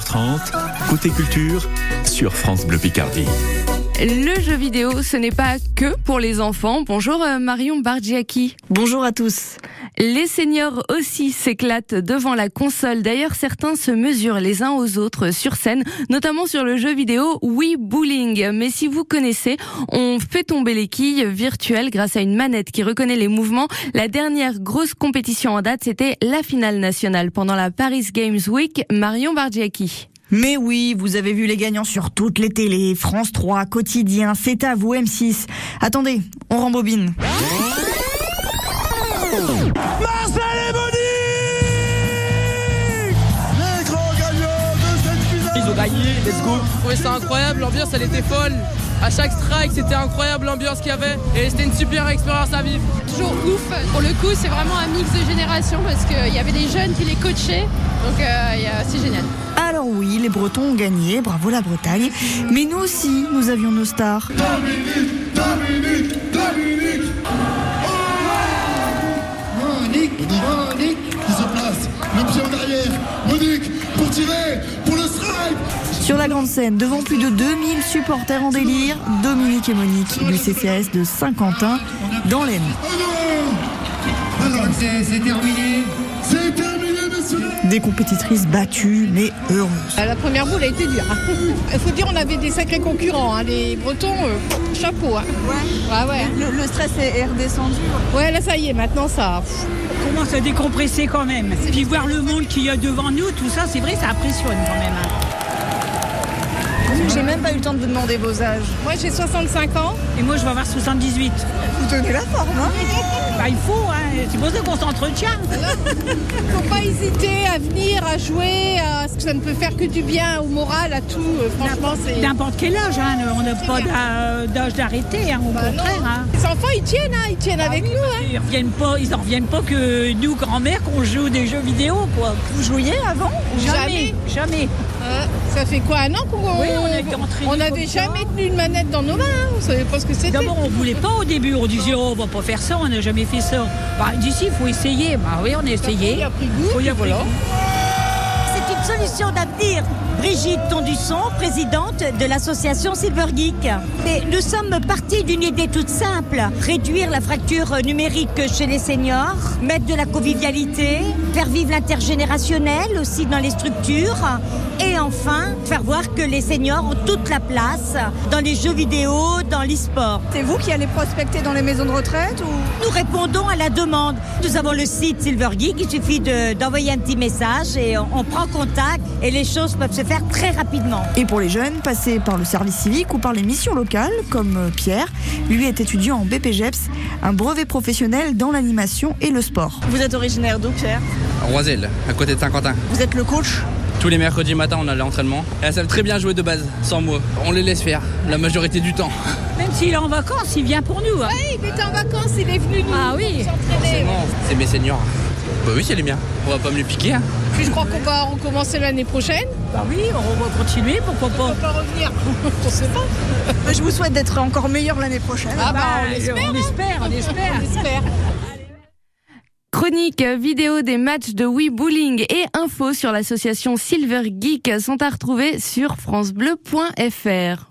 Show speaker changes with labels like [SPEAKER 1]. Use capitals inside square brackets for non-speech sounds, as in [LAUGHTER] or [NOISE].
[SPEAKER 1] 13h30, côté culture sur France Bleu Picardie.
[SPEAKER 2] Le jeu vidéo, ce n'est pas que pour les enfants. Bonjour euh, Marion Bargiaki.
[SPEAKER 3] Bonjour à tous.
[SPEAKER 2] Les seniors aussi s'éclatent devant la console. D'ailleurs, certains se mesurent les uns aux autres sur scène, notamment sur le jeu vidéo Wii Bowling. Mais si vous connaissez, on fait tomber les quilles virtuelles grâce à une manette qui reconnaît les mouvements. La dernière grosse compétition en date, c'était la finale nationale pendant la Paris Games Week. Marion Bargiaki.
[SPEAKER 3] Mais oui, vous avez vu les gagnants sur toutes les télés, France 3, Quotidien, C'est à vous, M6. Attendez, on rembobine.
[SPEAKER 4] Marcel Ebony Les grands gagnants de cette finale
[SPEAKER 5] Ils ont gagné, let's go
[SPEAKER 6] Je trouvais ça incroyable, l'ambiance elle était folle. À chaque strike, c'était incroyable l'ambiance qu'il y avait et c'était une super expérience à vivre.
[SPEAKER 7] Toujours ouf. Pour le coup, c'est vraiment un mix de générations parce qu'il y avait des jeunes qui les coachaient. Donc euh, y a- c'est génial.
[SPEAKER 3] Alors oui, les Bretons ont gagné, bravo la Bretagne. Mais nous aussi, nous avions nos stars.
[SPEAKER 4] Dominique, Dominique, Dominique Monique, Monique Qui se place, le pied en arrière, Monique pour tirer, pour le strike
[SPEAKER 3] Sur la grande scène, devant plus de 2000 supporters en délire, Dominique et Monique du CCAS de Saint-Quentin dans l'Aisne.
[SPEAKER 4] Oh non Alors,
[SPEAKER 8] C'est terminé.
[SPEAKER 4] c'est terminé, messieurs
[SPEAKER 3] Des compétitrices battues mais heureuses.
[SPEAKER 8] Euh, La première boule a été dure. hein.
[SPEAKER 7] [LAUGHS]
[SPEAKER 8] Il faut dire, on avait des sacrés concurrents. hein. Les Bretons, euh, chapeau. hein. Ouais, ouais.
[SPEAKER 9] Le, le stress est, est redescendu.
[SPEAKER 8] Ouais, là, ça y est, maintenant, ça.
[SPEAKER 10] On commence à décompresser quand même. Puis voir le monde qu'il y a devant nous, tout ça, c'est vrai, ça impressionne quand même. hein.
[SPEAKER 9] J'ai même pas eu le temps de vous demander vos âges.
[SPEAKER 8] Moi, j'ai 65 ans.
[SPEAKER 10] Et moi, je vais avoir 78.
[SPEAKER 9] Vous tenez la forme, hein
[SPEAKER 10] Bah, il faut, hein. c'est pour ça qu'on s'entretient.
[SPEAKER 8] Faut pas hésiter à venir, à jouer. à- Ça ne peut faire que du bien au moral, à tout. Euh, Franchement, c'est.
[SPEAKER 10] N'importe quel âge, hein, on n'a pas
[SPEAKER 8] bien.
[SPEAKER 10] d'a- d'âge d'arrêter, hein, au
[SPEAKER 8] Bah non.
[SPEAKER 10] contraire. hein.
[SPEAKER 8] Les enfants, ils tiennent, hein, ils
[SPEAKER 7] Bah
[SPEAKER 8] tiennent avec nous. hein.
[SPEAKER 10] Ils reviennent pas, ils en reviennent pas que nous, grand-mère, qu'on joue des jeux vidéo, quoi.
[SPEAKER 3] Vous jouiez avant
[SPEAKER 10] Jamais, jamais.
[SPEAKER 8] Hein, Ça fait quoi un an qu'on euh,
[SPEAKER 10] Oui, on a été entraînés
[SPEAKER 8] on n'avait
[SPEAKER 10] comme ça.
[SPEAKER 8] jamais tenu une manette dans nos mains. hein. On savait pas ce que c'était.
[SPEAKER 10] D'abord, on voulait pas au début, on disait, oh, on va pas faire ça, on n'a jamais fait ça. Bah, d'ici, il faut essayer. Bah oui, on a essayé.
[SPEAKER 8] Il a pris goût.
[SPEAKER 10] Faut y
[SPEAKER 8] puis
[SPEAKER 10] avoir
[SPEAKER 8] voilà.
[SPEAKER 10] goût.
[SPEAKER 11] C'est une solution d'avenir. Brigitte Tondusson, présidente de l'association Silver Geek. Mais nous sommes partis d'une idée toute simple. Réduire la fracture numérique chez les seniors, mettre de la convivialité, faire vivre l'intergénérationnel aussi dans les structures. Et enfin, faire voir que les seniors ont toute la place dans les jeux vidéo, dans l'e-sport.
[SPEAKER 9] C'est vous qui allez prospecter dans les maisons de retraite ou
[SPEAKER 11] Nous répondons à la demande. Nous avons le site Silver Geek. Il suffit de- d'envoyer un petit message et on, on prend contact et les choses peuvent se faire très rapidement.
[SPEAKER 3] Et pour les jeunes, passer par le service civique ou par les missions locales, comme euh, Pierre, lui est étudiant en BPGEPS, E un brevet professionnel dans l'animation et le sport.
[SPEAKER 9] Vous êtes originaire d'où, Pierre
[SPEAKER 12] Roisel, à côté de Saint-Quentin.
[SPEAKER 9] Vous êtes le coach
[SPEAKER 12] Tous les mercredis matin, on a l'entraînement. Elles savent très bien jouer de base, sans moi. On les laisse faire, la majorité du temps.
[SPEAKER 10] Même s'il est en vacances, il vient pour nous. hein.
[SPEAKER 8] Oui, il était en vacances, il est venu nous
[SPEAKER 10] Ah oui.
[SPEAKER 8] s'entraîner.
[SPEAKER 12] Forcément, c'est mes seniors. Bah oui, c'est les miens. On va pas me les piquer. hein.
[SPEAKER 8] Puis je crois qu'on va recommencer l'année prochaine.
[SPEAKER 10] Bah oui, on va continuer, pourquoi
[SPEAKER 8] On
[SPEAKER 10] pas
[SPEAKER 8] va pas revenir. [LAUGHS] On sait pas.
[SPEAKER 9] Je vous souhaite d'être encore meilleur l'année prochaine.
[SPEAKER 8] Ah bah, on
[SPEAKER 10] espère,
[SPEAKER 11] hein.
[SPEAKER 10] on espère, on espère.
[SPEAKER 8] On espère.
[SPEAKER 2] Chronique, euh, vidéo des matchs de Wii Bowling et infos sur l'association Silver Geek sont à retrouver sur francebleu.fr.